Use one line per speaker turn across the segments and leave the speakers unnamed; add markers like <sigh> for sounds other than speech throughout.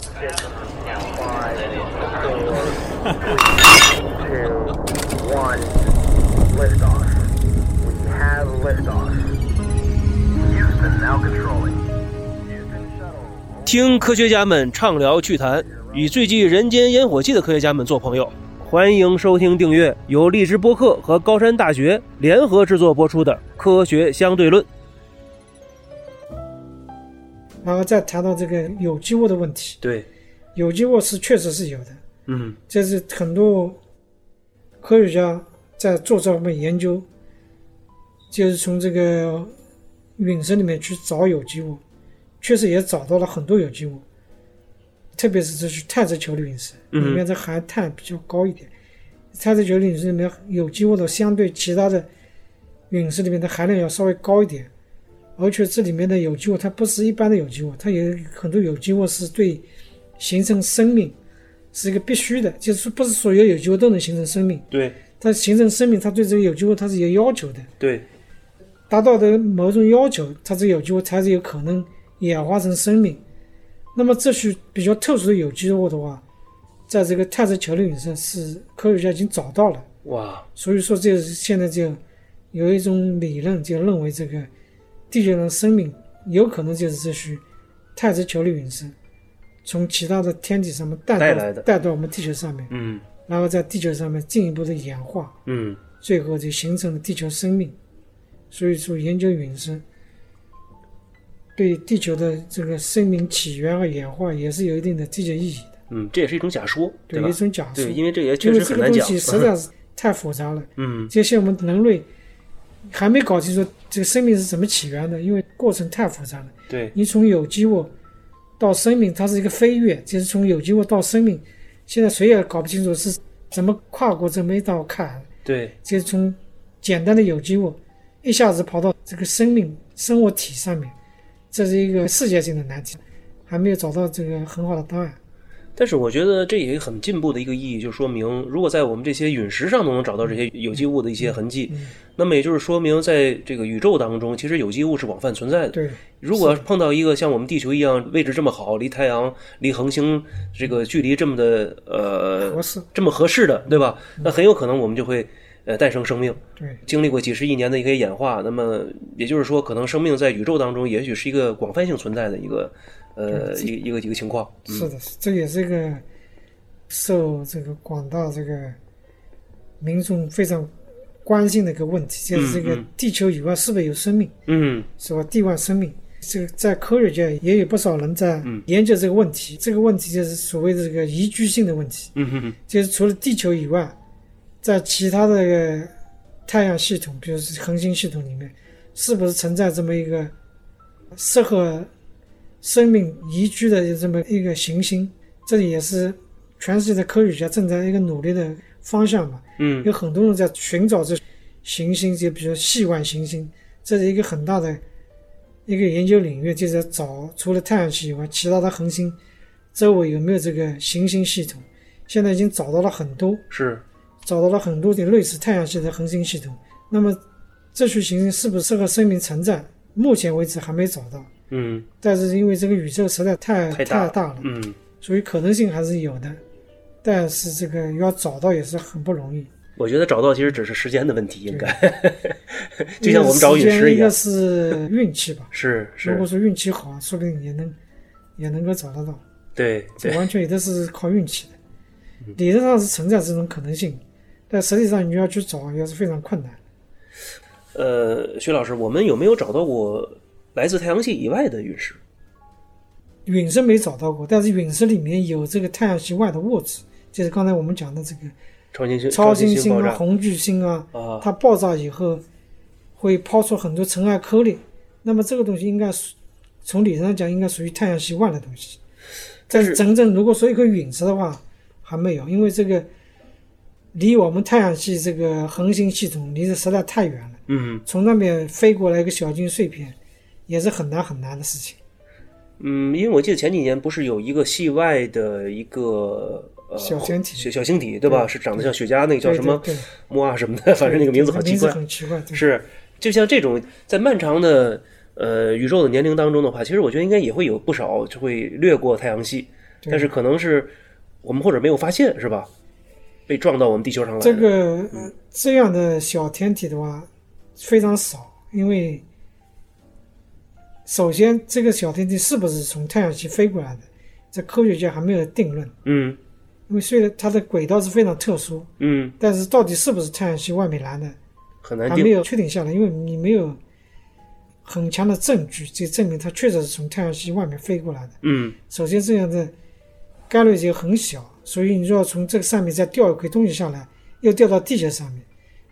six, five, four, three, two, one. Liftoff. We have liftoff. Houston now controlling. Houston shuttle.
听科学家们畅聊趣谈，与最具人间烟火气的科学家们做朋友。欢迎收听订阅由荔枝播客和高山大学联合制作播出的《科学相对论》。
然后再谈到这个有机物的问题，
对，
有机物是确实是有的，
嗯，
这是很多科学家在做这方面研究，就是从这个陨石里面去找有机物，确实也找到了很多有机物，特别是这是碳质球的陨石，里
嗯
面的含碳比较高一点，碳质球的陨石里面有机物的相对其他的陨石里面的含量要稍微高一点。而且这里面的有机物，它不是一般的有机物，它有很多有机物是对形成生命是一个必须的，就是不是所有有机物都能形成生命。
对嗯
它形成生命，它对这个有机物它是有要求的，
对，
达到的某种要求，它这个有机物才是有可能演化成生命。那么这是比较特殊的有机物的话，在这个碳质球的陨石是科学家已经找到了，
哇，
所以说这是现在就有一种理论就认为这个地球上的生命有可能就是这些碳质球的陨石从其他的天体上面带到
带来的
带到我们地球上面。
嗯
然后在地球上面进一步的演化，
嗯，
最后就形成了地球生命。所以说，研究陨石对地球的这个生命起源和演化也是有一定的积极意义的，
嗯，这也是一种假说，
对
吧
一？种假说
对，。因为这也
因
确
为
实
这
很
个
难
东
讲
西。实在是太复杂了，
<laughs> 嗯，
这些我们人类还没搞清楚这个生命是怎么起源的，因为过程太复杂了。
对，
你从有机物到生命，它是一个飞跃，就是从有机物到生命。现在谁也搞不清楚是怎么跨过这么一道坎，
对，
就是从简单的有机物一下子跑到这个生命生活体上面，这是一个世界性的难题，还没有找到这个很好的答案。
但是我觉得这也很进步的一个意义，就说明如果在我们这些陨石上都能找到这些
嗯
有机物的一些痕迹，那么也就是说明在这个宇宙当中，其实有机物是广泛存在的。
对，
如果碰到一个像我们地球一样位置这么好，离太阳、离恒星这个距离这么的
合
呃
适，嗯
这么合适的，对吧？那很有可能我们就会呃诞生生命。
对，
经历过几十亿年的一个演化，那么也就是说，可能生命在宇宙当中也许是一个广泛性存在的一个呃一个一个一个情况。
是的，这也是一个受这个广大这个民众非常关心的一个问题，就是这
嗯
个
嗯
地球以外是不是有生命，
嗯
是吧？地外生命。这个在科学界也有不少人在
嗯
研究这个问题，这个问题就是所谓的这个宜居性的问题。
嗯嗯
就是除了地球以外，在其他的呃太阳系统，比如是恒星系统里面，是不是存在这么一个适合生命宜居的这么一个行星？这也是全世界的科学家正在一个努力的方向嘛。
嗯
有很多人在寻找这行星，就比如系外行星，这是一个很大的一个研究领域，就是在找除了太阳系以外，其他的恒星周围有没有这个行星系统。现在已经找到了很多，
是
找到了很多的类似太阳系的恒星系统。那么，这些行星是不是适合生命存在？目前为止还没找到。
嗯
但是因为这个宇宙实在太
太大了
大了，
嗯，
所以可能性还是有的，但是这个要找到也是很不容易。
我觉得找到其实只是时间的问题，应该 <laughs> 就
一
像
个
我们找
时
陨
间
石一
一个
样。。
是运气吧
是
如
<laughs> 是
果，说运气好，说不定也能也能够找得到。
对
这
<laughs> 对，
完全也都是靠运气的。理论上是存在这种可能性，但实际上你要去找也是非常困难。
呃，徐老师，我们有没有找到过来自太阳系以外的陨石？
陨石没找到过，但是陨石里面有这个太阳系外的物质，就是刚才我们讲的这个
超新星、
超
新
新星
爆
啊、
炸
红巨星啊，
啊，
它爆炸以后会抛出很多尘埃颗粒。那么这个东西应该属从理论上讲，应该属于太阳系外的东西。但
是
真正如果说一颗陨石的话，还没有，因为这个离我们太阳系这个恒星系统离得实在太远了，
嗯
从那边飞过来一个小金碎片，也是很难很难的事情。
嗯，因为我记得前几年不是有一个系外的一个呃
小天体
小小星体对吧？是长得像雪茄那个叫
对
什么
对对
莫啊什么的，反正那个名字好奇
名字
怪。
很奇怪，对
是，就像这种在漫长的呃宇宙的年龄当中的话，其实我觉得应该也会有不少就会略过太阳系，
对
但是可能是我们或者没有发现，是吧？被撞到我们地球上来嗯了。
这个呃这样的小天体的话非常少，因为首先这个小天体是不是从太阳系飞过来的，这科学家还没有定论。
嗯
因为虽然它的轨道是非常特殊，
嗯，
但是到底是不是太阳系外面来的，
很难
还
定
没。有确定下来，因为你没有很强的证据，这证明它确实是从太阳系外面飞过来的。
嗯
首先，这样的概率就很小，所以你若从这个上面再掉一块东西下来，又掉到地球上面，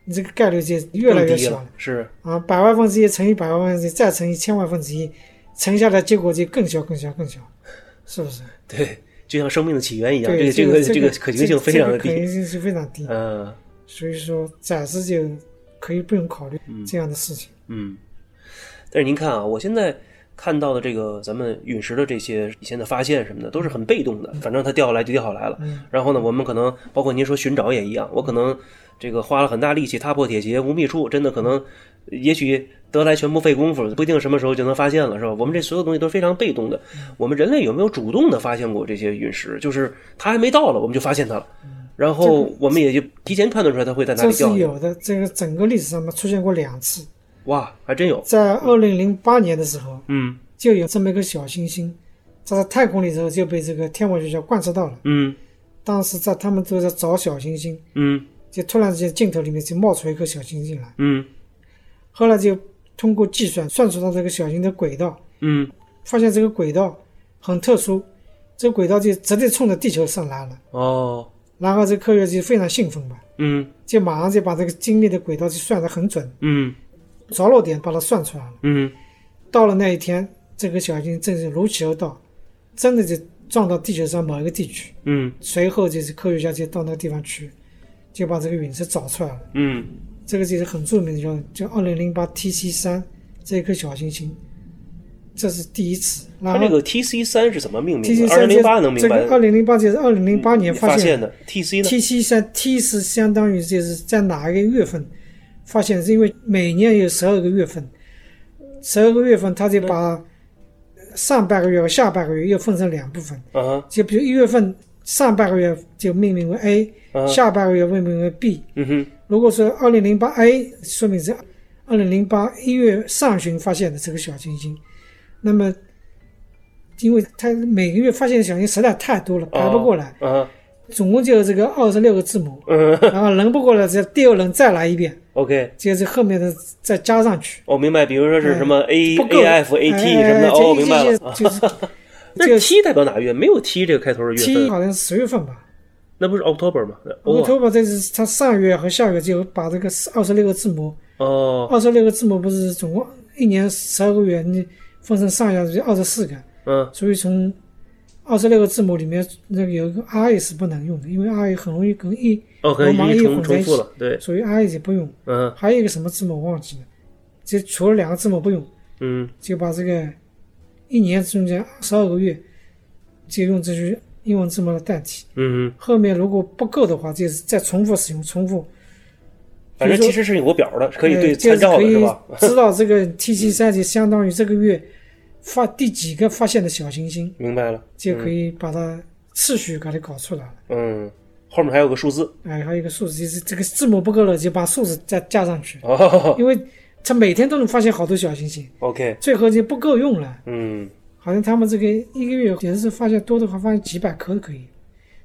你这个概率就越来
更
越
低
小
了。是，
啊，百万分之一乘以百万分之一，再乘以千万分之一，乘下来结果就更小、更小、更小，是不是？
对，就像生命的起源一样，
对，
这
个
个
这
这
个
个可行性非常的
这个可
低。
行性是非常低。
嗯
所以说暂时就可以不用考虑这样的事情。
嗯，但是您看啊，我现在。看到的这个咱们陨石的这些以前的发现什么的，都是很被动的，反正它掉下来就掉下来了。
嗯
然后呢，我们可能包括您说寻找也一样，我可能这个花了很大力气踏破铁鞋无觅处，真的可能也许得来全不费工夫，不一定什么时候就能发现了，是吧？我们这所有东西都是非常被动的。
嗯
我们人类有没有主动的发现过这些陨石？就是它还没到了，我们就发现它了，然后我们也就提前判断出来它会在哪
这
里
是
掉下来。
有的，这个整个历史上面出现过两次，
哇，还真有，
在二零零八年的时候
嗯
就有这么一个小行星，它在太空里头就被这个天文学家观测到了。
嗯
当时在他们都在找小行星，
嗯
就突然之间镜头里面就冒出一颗小行星来，
嗯
后来就通过计算算出它这个小行星的轨道，
嗯，
发现这个轨道很特殊，这个轨道就直接冲着地球上来了。
哦，
然后这科学家就非常兴奋吧，
嗯
就马上就把这个精密的轨道就算得很准，
嗯
着落点把它算出来了。
嗯，
到了那一天，这个小行星正是如期而到，真的就撞到地球上某一个地区。
嗯
随后就是科学家就到那个地方去，就把这个陨石找出来了。
嗯
这个就是很著名的叫叫二零零八 TC 三这一颗小行星，这是第一次。然
它
后
这个 TC 三是怎么命名
TC
的？
啊三
二零零八能明
这
白
个？二零零八就是二零零八年
发
现
的 TC 呢？
TC 三 T 是相当于就是在哪一个月份发现，是因为每年有十二个月份，十二个月份他就把上半个月和下半个月又分成两部分，
啊哈
就比如一月份上半个月就命名为 A，、
啊哈，
下半个月命名为 B。
嗯哼，
如果说二零零八 A，说明是二零零八一月上旬发现的这个小行星，那么因为它每个月发现的小行星实在太多了，排不过来。
啊哈，，
总共就这个二十六个字母
嗯 <laughs>
然后轮不过来，再第二轮再来一遍，
，OK，
就是后面的再加上去，
我明白，比如说是什么 A
不够
A F A
哎
T 什么的，
哎
哦，我
这
明白
这
了。
些
<laughs>
就是
那 T 代表哪个月？没有 T 这个开头的月
T
份，啊
好像十月份吧，
那不是 October 吗
我
哦
头发这是它上月和下月就把这个二十六个字母，
哦，
二十六个字母不是总共一年十二个月，你分成上下就二十四个，
嗯
所以从二十六个字母里面那个有一个 R 也是不能用的，因为 R 也很容易跟 E，
哦，可能
我忙
一
一
重
混在
重
一
复
起
了，对，
所以 R 也不用，
嗯
还有一个什么字母我忘记了，就除了两个字母不用。
嗯
就把这个一年中间十二个月，就用这句英文字母来代替。
嗯，
后面如果不够的话，就是再重复使用，重复
反正
比如说
其实是有表的，可以
呃
对参
就是
照
可
的
以
是吧？
<laughs>
<laughs>
知道这个 T C 三就相当于这个月发第几个发现的小行星，
明白了，
就可以把它次序给它搞出来了。
嗯，后面还有个数字， <laughs>
哎，还有一个数字，就是这个字母不够了，就把数字再加上去，
哦
因为它每天都能发现好多小行星，
，OK，
最后就不够用了。
嗯
好像他们这个一个月也是发现多的话，发现几百颗都可以，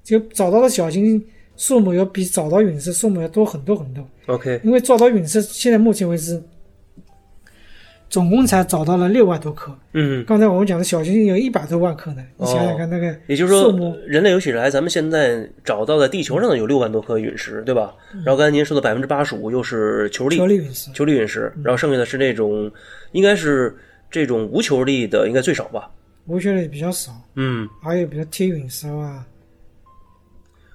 就找到的小行星数目要比找到陨石数目要多很多很多。
，OK，
因为找到陨石，现在目前为止，总共才找到了六万多颗。
嗯。
刚才我们讲的小行星有一百多万颗呢，
哦
你想想看那个
也就是
数
说
目，，
人类有史以来，咱们现在找到的地球上的有六万多颗陨石，对吧？然后刚才您说的百分之八十五又是球粒，
球粒陨石，
球粒陨石，然后剩下的是那种，应该是这种无球粒的，应该最少吧？
无球粒比较少，
嗯，
还有比较贴陨石啊，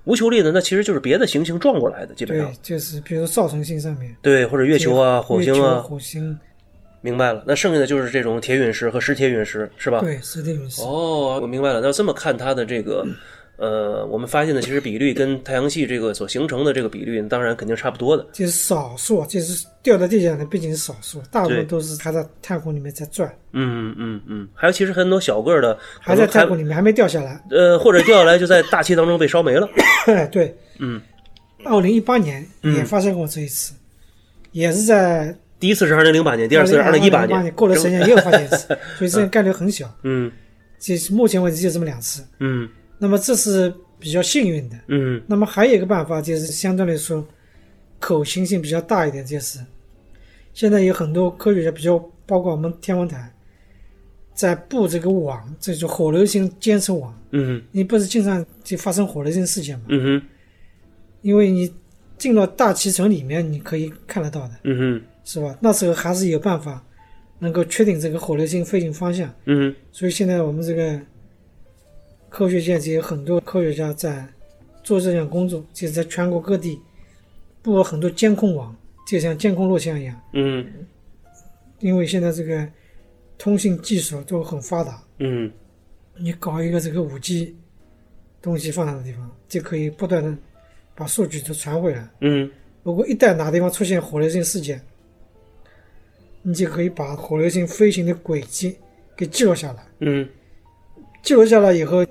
无球粒的那其实就是别的行星撞过来的，基本
对
上，
就是比如说造成性上面，
对，或者啊月球啊、火星
月球
啊，
火星，
明白了。那剩下的就是这种铁陨石和石铁陨石，是吧？
对，石地陨石。
哦
嗯
哦，我明白了。那要这么看它的这个呃，我们发现的其实比率跟太阳系这个所形成的这个比率，当然肯定是差不多的。
这是少数，这是掉到地下的毕竟是少数，大部
对
分都是还在太空里面在转，
嗯嗯嗯，还有其实很多小个儿的，
还在
可能
太空里面还没掉下来。
呃，或者掉下来就在大气当中被烧没了。 <laughs>
对，
嗯，
二零一八年也发生过这一次，也是在
第一次是二零零八年，第二次是二零一
八
八
年，过了十年也有发现一次， <laughs> 所以这个概率很小。
嗯
这是目前为止就这么两次，
嗯
那么这是比较幸运的。
嗯
那么还有一个办法就是相对来说可行性比较大一点，就是现在有很多科学家，比较包括我们天文台，在布这个网，这种火流型监测网。
嗯
你不是经常就发生火流性事件吗？
嗯哼
因为你进到大气层里面，你可以看得到的，
嗯哼
是吧？那时候还是有办法能够确定这个火流性飞行方向。
嗯
所以现在我们这个科学界也有很多科学家在做这项工作，就是在全国各地布了很多监控网，就像监控录像一样。
嗯
因为现在这个通信技术都很发达，
嗯
你搞一个这个五 G 东西放那个地方，就可以不断的把数据都传回来。
嗯
如果一旦哪地方出现火流性事件，你就可以把火流性飞行的轨迹给记录下来。
嗯
记录下来以后，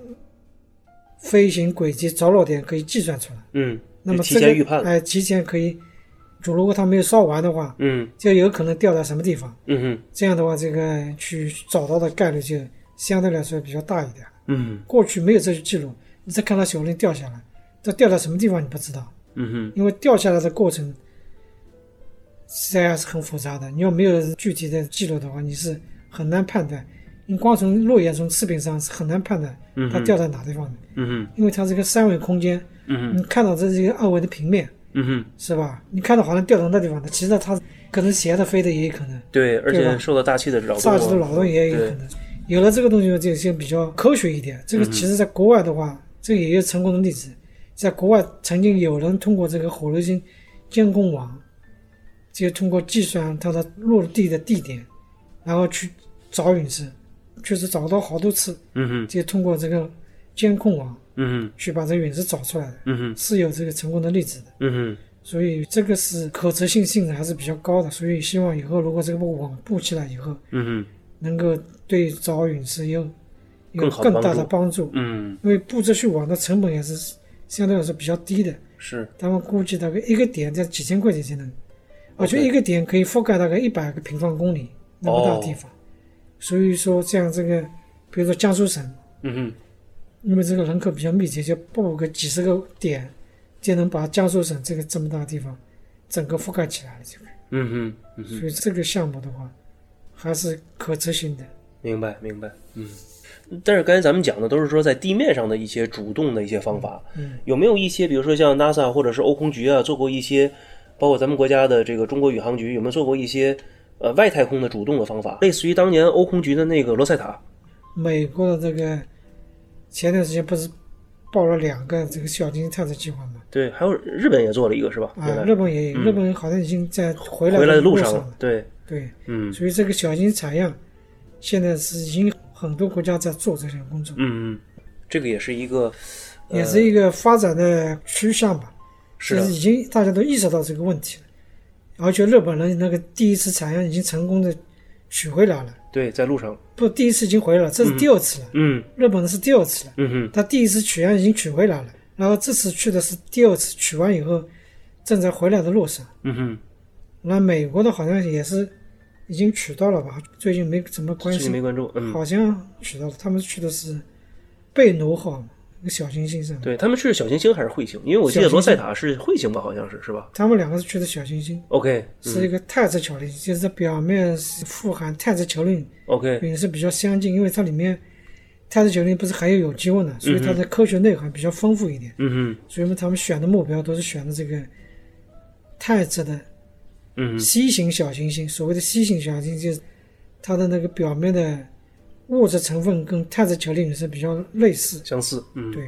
飞行轨迹早老点可以计算出来。
嗯，
那么
提
这个
前预判。
哎，提前可以，就如果它没有烧完的话，
嗯
就有可能掉到什么地方。
嗯哼
这样的话，这个去找到的概率就相对来说比较大一点。
嗯
过去没有这些记录，你再看到小林掉下来，它掉到什么地方你不知道，
嗯哼
因为掉下来的过程实在是很复杂的。你要没有具体的记录的话，你是很难判断。你光从肉眼、从视频上是很难判断
嗯
它
哼
掉在哪地方的。
嗯哼
因为它是个三维空间，
嗯
你看到这是一个二维的平面，
嗯哼，
是吧？你看到好像掉到那地方的，其实它可能斜着飞的也有可能，
对，而
对
且
吧
受到大气的扰动。啊
炸起的扰动也有可
对，
能。有了这个东西，这些比较科学一点。这个其实在国外的话，这个也有成功的例子。在国外曾经有人通过这个火流星监控网，就通过计算它的落地的地点，然后去找陨石，确实找到好多次，
嗯哼
就通过这个监控网
嗯哼
去把这个陨石找出来的。
嗯哼
是有这个成功的例子的，
嗯哼
所以这个是可执行性还是比较高的，所以希望以后如果这个网布起来以后，
嗯哼
能够对找陨石有有
更好的
更大的
帮助
帮助，
嗯
因为布这去网的成本也是相对来说比较低的，
是
他们估计大概一个点在几千块钱才能，我觉得
OK
一个点可以覆盖大概一百个平方公里那么大地
哦
方，所以说像这个，比如说江苏省，
嗯哼
因为这个人口比较密集，就布个几十个点，就能把江苏省这个这么大的地方整个覆盖起来了。这个，
嗯哼嗯哼。
所以这个项目的话，还是可执行的。
明白，明白，嗯。但是刚才咱们讲的都是说在地面上的一些主动的一些方法，
嗯，
有没有一些，比如说像 NASA 或者是欧空局啊，做过一些，包括咱们国家的这个中国宇航局有没有做过一些呃外太空的主动的方法，类似于当年欧空局的那个罗塞塔，
美国的这个前段时间不是报了两个这个小行星探测计划吗？
对，还有日本也做了一个是吧？
啊
原，来
日本也有，日本好像已经在回来
回来的
的
路
上
上了，对，
对，
嗯
所以这个小行星采样现在是已经很多国家在做这项工作。
嗯嗯，这个也是一个，呃
也是一个发展的趋向吧。
是
就
的
是已经大家都意识到这个问题了，而且日本人那个第一次采样已经成功的取回来了，
对，在路上了，
不，第一次已经回来了，这是第二次了。
嗯
日本人是第二次了，
嗯哼
他第一次取样已经取回来了，然后这次去的是第二次，取完以后正在回来的路上。
嗯哼，
那美国的好像也是已经取到了吧？最近没怎么关
最近
心
没，关注，嗯，
好像取到了。他们去的是贝努号，那个小行星上。
对他们是小行星还是彗星？因为我记得罗塞塔是彗星吧，好像是是吧
他们两个是去的小行星，
？OK，嗯
是一个钛质球粒，就是表面是富含钛质球粒，
OK，
陨石比较相近，因为它里面钛质球粒不是含有有机物呢，所以它的科学内涵比较丰富一点。
嗯哼，
所以他们选的目标都是选的这个钛质的
嗯
C 型小行星。所谓的 C 型小行星，就是它的那个表面的物质成分跟钛质球粒陨石比较类似。
相似，嗯，。
对，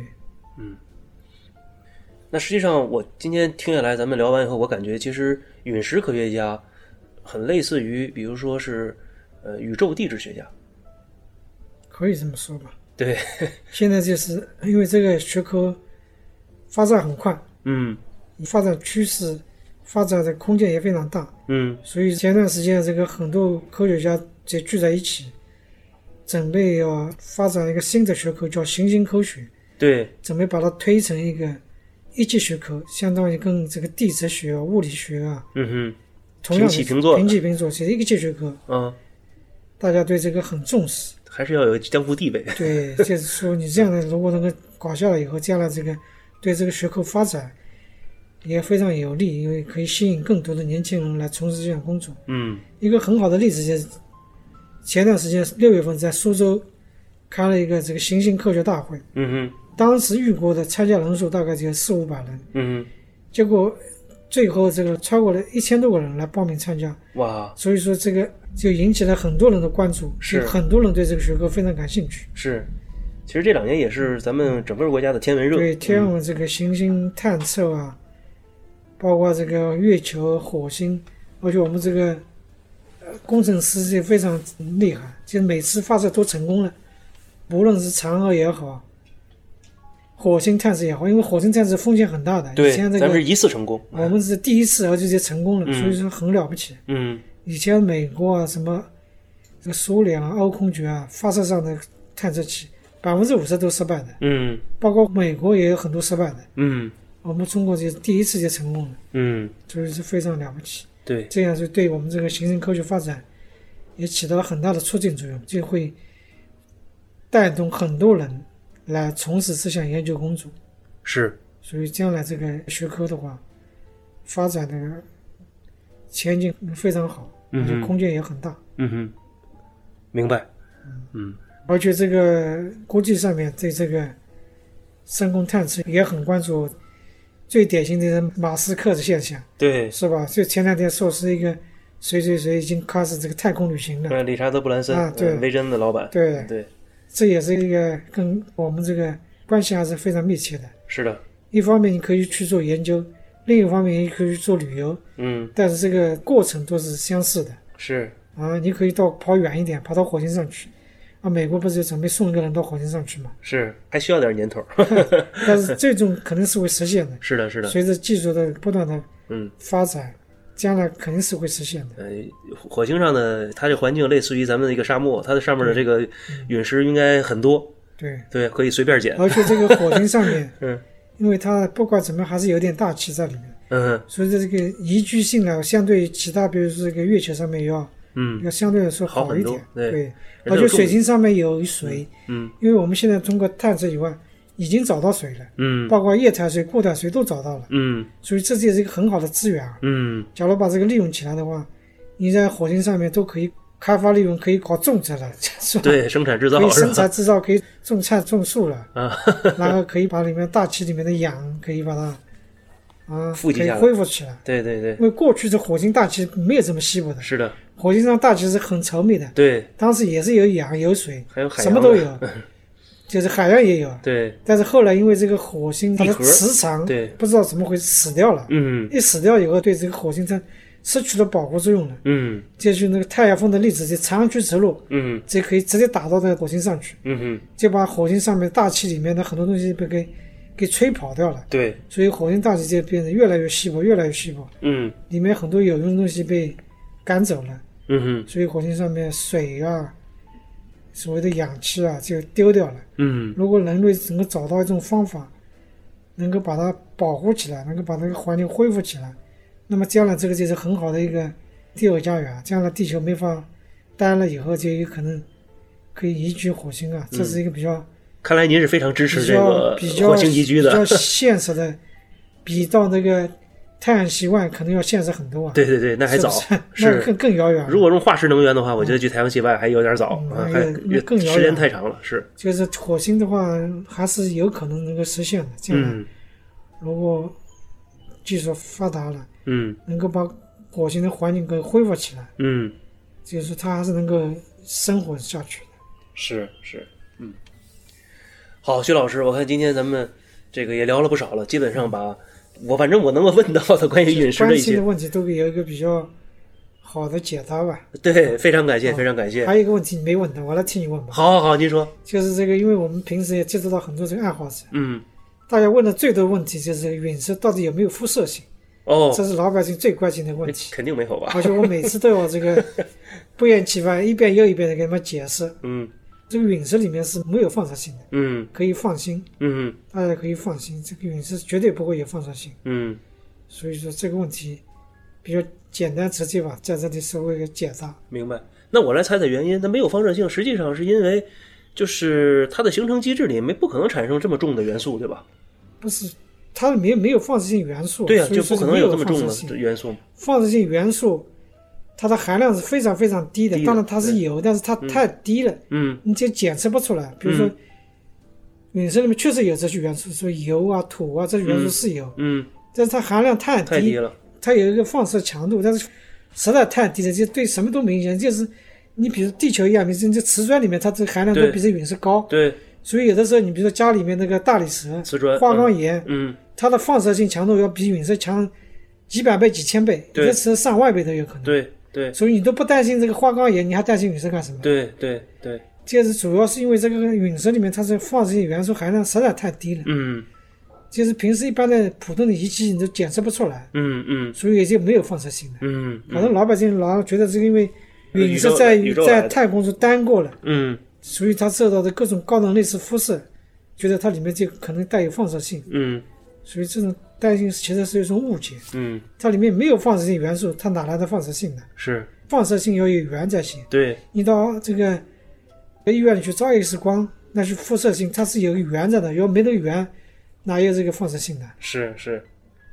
那实际上，我今天听下来，咱们聊完以后，我感觉其实陨石科学家很类似于，比如说是呃宇宙地质学家，
可以这么说吧。
对，
现在就是因为这个学科发展很快，
<laughs> 嗯
发展趋势、发展的空间也非常大，
嗯
所以前段时间这个很多科学家也聚在一起，准备要发展一个新的学科叫行星科学，
对，
准备把它推成一个一级学科，相当于跟这个地质学啊、物理学啊
嗯
同样的
平起平坐
平起平坐，其实一个级学科，
哼，啊，
大家对这个很重视。
还是要有江湖地位，
对，就是说你这样的，如果能够搞下来以后，将来这个对这个学科发展也非常有利，因为可以吸引更多的年轻人来从事这项工作。
嗯
一个很好的例子就是前段时间六月份在苏州开了一个这个行星科学大会，
嗯哼，
当时预估的参加人数大概只有四五百人，
嗯
结果最后这个超过了一千多个人来报名参加，
哼，哇，
所以说这个就引起了很多人的关注，
是
有很多人对这个学科非常感兴趣。
是，其实这两年也是咱们整个国家的天文热，
对天
嗯
文这个行星探测啊，包括这个月球、火星，而且我们这个呃工程师也非常厉害，就每次发射都成功了，无论是嫦娥也好，火星探测也好，因为火星探测风险很大的，以前
对，
这
咱们是
个哦
一次成功，
我们是第一次，而且就成功了，
嗯
所以说很了不起。
嗯
以前美国啊，什么这个苏联啊、欧空局啊，发射上的探测器百分之五十都失败的，
嗯
包括美国也有很多失败的。
嗯
我们中国就第一次就成功了，
嗯，
所以是非常了不起。
对，
这样是对我们这个行政科学发展也起到了很大的促进作用，就会带动很多人来从事这项研究工作。
是，
所以将来这个学科的话，发展的前景非常好，
嗯哼
而且空间也很大。
嗯哼，明白，嗯
而且这个国际上面对这个深空探测也很关注，最典型的是马斯克的现象。
对，
是吧？就前两天说是一个谁谁谁已经开始这个太空旅行了，
呃，理查德·布兰森，
嗯啊对
呃维珍的老板，
对
对，
这也是一个跟我们这个关系还是非常密切的。
是的，
一方面你可以去做研究，另一方面也可以去做旅游，
嗯，
但是这个过程都是相似的
是，
啊。你可以到跑远一点，跑到火星上去。啊，美国不是准备送一个人到火星上
<laughs>
去嘛？
是，还需要点年头儿。 <laughs>
但是最终肯定是会实现的。
是的，是的，
随着技术的不断的
嗯，
发展，将来肯定是会实现的。
呃，火星上的它这环境类似于咱们的一个沙漠，它的上面的这个
嗯
陨石应该很多，
对，
对，可以随便捡。，
而且这个火星上面
嗯，
<laughs> 因为它不管怎么样还是有点大气在里面，
嗯
所以这个宜居性呢，相对于其他，比如说这个月球上面要
嗯
要相对来说
好很
一
多
点，
对
对。
而
而
且有
且
重
水星上面有水，
嗯
因为我们现在通过探测以外，已经找到水了，
嗯
包括液态水、固态水都找到了，
嗯
所以这也是一个很好的资源啊。
嗯，
假如把这个利用起来的话，你在火星上面都可以开发利用，可以搞种植了， <laughs> 是吧？
对，生产制
可
造
以
是
生
吧？
产制造，可以种菜种树了，
啊， <laughs>
然后可以把里面大气里面的氧可以把它啊，
富集
可以
下来
恢复起来。
对对对
因，为过去这火星大气没有这么稀薄的，
是的，
火星上大气是很稠密的，
对
当时也是有氧有水，
还有海洋
什么都
的 <laughs>
有，就是海洋也有。
对，
但是后来因为这个火星它的
地壳
磁场
对
不知道怎么回事死掉了，
嗯
一死掉以后对这个火星它失去了保护作用了，
嗯
这就那个太阳风的粒子就长驱直入，
嗯
这可以直接打到那个火星上去，
嗯嗯，
就把火星上面大气里面的很多东西被给给吹跑掉了，
对，
所以火星大气就变得越来越稀薄，越来越稀薄。
嗯
里面很多有用的东西被赶走了，
嗯哼
所以火星上面水啊，所谓的氧气啊就丢掉了。
嗯
如果人类能够找到一种方法，能够把它保护起来，能够把这个环境恢复起来，那么将来这个就是很好的一个第二家园。啊将来地球没法待了以后，就有可能可以移居火星啊，这是一个比较、
看来您是非常支持
比
这
较
个
比较
火星宜居
比较
的。
现实的，比到那个太阳系外可能要现实很多啊。
<laughs> 对对对，那还早 <laughs>
是不是那更更遥远了。
如果用化石能源的话，我觉得距太阳系外还有点早，
嗯
啊，
那
还
也那更遥
时间
远
太长了，是，
就是火星的话，还是有可能能够实现的。这样，
嗯
如果技术发达了，
嗯
能够把火星的环境给恢复起来，
嗯，
就是说它还是能够生活下去的。
是是，嗯，好，薛老师，我看今天咱们这个也聊了不少了，基本上把我反正我能够问到的关于陨石的
关
一
心
些
的，问题都有一个比较好的解答吧。
对，非常感谢，非常感谢。
还有一个问题你没问的，我来替你问吧。
好好好，您说，
就是这个，因为我们平时也接触到很多这个爱好者，
嗯，
大家问的最多问题就是这个陨石到底有没有辐射性，
哦，
这是老百姓最关心的问题。
肯定没有吧？
而且我每次都要
<laughs>
这个不厌其烦，一遍又一遍的给他们解释，
嗯
这个陨石里面是没有放射性的，
嗯
可以放心，
嗯
大家可以放心，这个陨石绝对不会有放射性。
嗯，
所以说这个问题比较简单直接吧，在这里稍微给解答。
明白。那我来猜猜原因，它没有放射性，实际上是因为就是它的形成机制里没不可能产生这么重的元素，对吧？
不是，它没有没有放射性元素，
对呀、
所以
就不
说是
可能
没
这么
放
重
射
的
性。
元素。
放射性元素它的含量是非常非常低的，
低的
当然它是
对
有，但是它太低了，
嗯
你就检测不出来。比如说
嗯，
陨石里面确实有这些元素，说铀啊、土啊，这些元素是有，
嗯，
但是它含量太
太低了。
它有一个放射强度，但是实在太低了，就对什么都没影响。就是你比如地球一样，你这瓷砖里面它这含量都
对
比这陨石高，
对，
所以有的时候你比如说家里面那个大理石、
瓷砖
花岗岩，
嗯
它的放射性强度要比陨石强几百倍、几千倍，有
对
的时候上万倍都有可能。
对对
所以你都不担心这个花岗岩，你还担心陨石干什么？
对对对，
就是主要是因为这个陨石里面它这个放射性元素含量实在太低了，
嗯
就是平时一般的普通的仪器你都检测不出来，
嗯嗯
所以也就没有放射性了。
嗯
反正老百姓老觉得是因为陨
宇
石
宙
在
宇宙来
在
的
太空中单过了，
嗯
所以它受到的各种高能类似辐射，觉得它里面就可能带有放射性，
嗯
所以这种担心其实是一种误解。
嗯，
它里面没有放射性元素，它哪来的放射性呢？
是
放射性要有源才行。
对
你到这个医院里去照 X 光，那是辐射性，它是有源在的，要没得源，哪有这个放射性呢？
是是，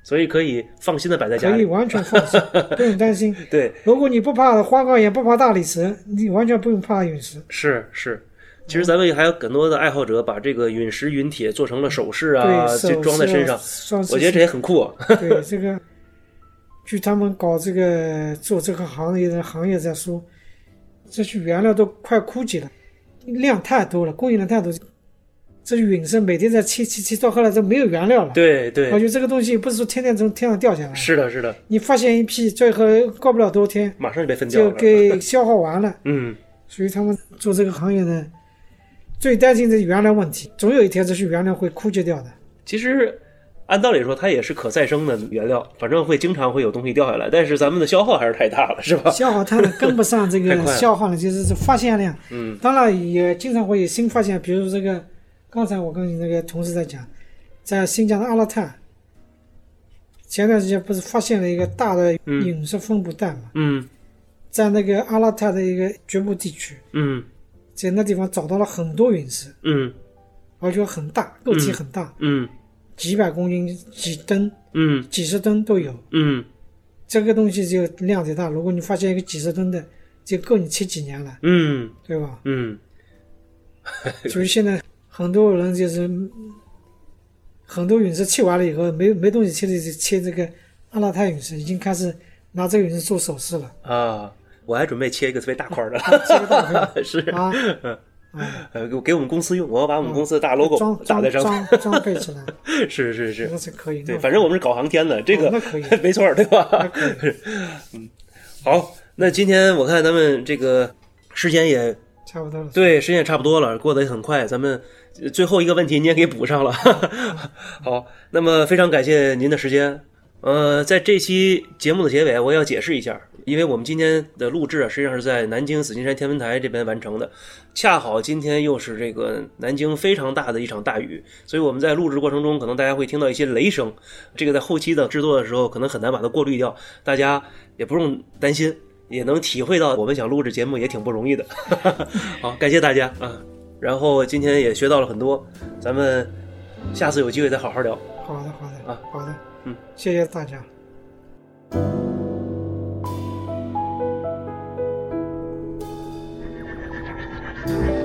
所以可以放心的摆在家
可以
里。
完全放心，不用
<laughs>
担心。
对，
如果你不怕花岗岩，不怕大理石，你完全不用怕陨石。
是是，其实咱们还有很多的爱好者把这个陨石、陨铁做成了首饰啊，
对，
就
手
装在身上。
上
我觉得这也很酷啊。
这对这个，据他们搞这个做这个行业的行业在说，这些原料都快枯竭了，量太多了，供应量太多，这陨石每天在切切切，到后来都没有原料了。，
<laughs> 对
而
对，
且这个东西不是说天天从天上掉下来，
是的，是的，
你发现一批，最后过不了多天
马上就被分掉
就
了。
给消耗完了。
<laughs> 嗯，
所以他们做这个行业呢，最担心的原料问题，总有一天这些原料会枯竭掉的。
其实按道理说它也是可再生的原料，反正会经常会有东西掉下来，但是咱们的消耗还是太大了，是吧？
消耗它呢跟不上这
啊 <laughs> 太
个
快了
消耗呢，就是这发现量。
嗯，
当然也经常会有新发现，比如这个，刚才我跟你那个同事在讲，在新疆的阿勒泰，前段时间不是发现了一个大的
嗯
陨石分布带嘛，
嗯
在那个阿勒泰的一个局部地区，
嗯
在那地方找到了很多陨石，
嗯
而且很大，个体很大，
嗯
几百公斤、几吨、
嗯
几十吨都有。
嗯
这个东西就量挺大，如果你发现一个几十吨的，就够你吃几年了，
嗯
对
<laughs>
吧？
嗯，
就是现在很多人就是很多陨石切完了以后，没没东西切的就切这个阿勒泰陨石，已经开始拿这个陨石做首饰了
啊，我还准备切一个特别大块儿的。
这个大
<laughs>
哥
是，
啊
嗯
啊，
呃，给给我们公司用，我要把我们公司的大 logo
嗯装
打
装
在上面。
装装备起来，
是是 <laughs> 是
那，是可以。
对，
那
反正我们是搞航天的，这个、
哦那可以
<laughs> 没错儿，对吧？
可以
是 <laughs> 嗯，好，那今天我看咱们这个时间也
差不多
<laughs>
了。
对，时间也差不多了，过得也很快，咱们呃最后一个问题您也给补上了。 <laughs> 好，那么非常感谢您的时间。呃，在这期节目的结尾，我要解释一下，因为我们今天的录制啊，实际上是在南京紫金山天文台这边完成的，恰好今天又是这个南京非常大的一场大雨，所以我们在录制过程中，可能大家会听到一些雷声，这个在后期的制作的时候，可能很难把它过滤掉，大家也不用担心，也能体会到我们想录制节目也挺不容易的。好，感谢大家啊！然后今天也学到了很多，咱们下次有机会再好好聊。
好的，好的
啊，
好的，
嗯，
谢谢大家。
Thank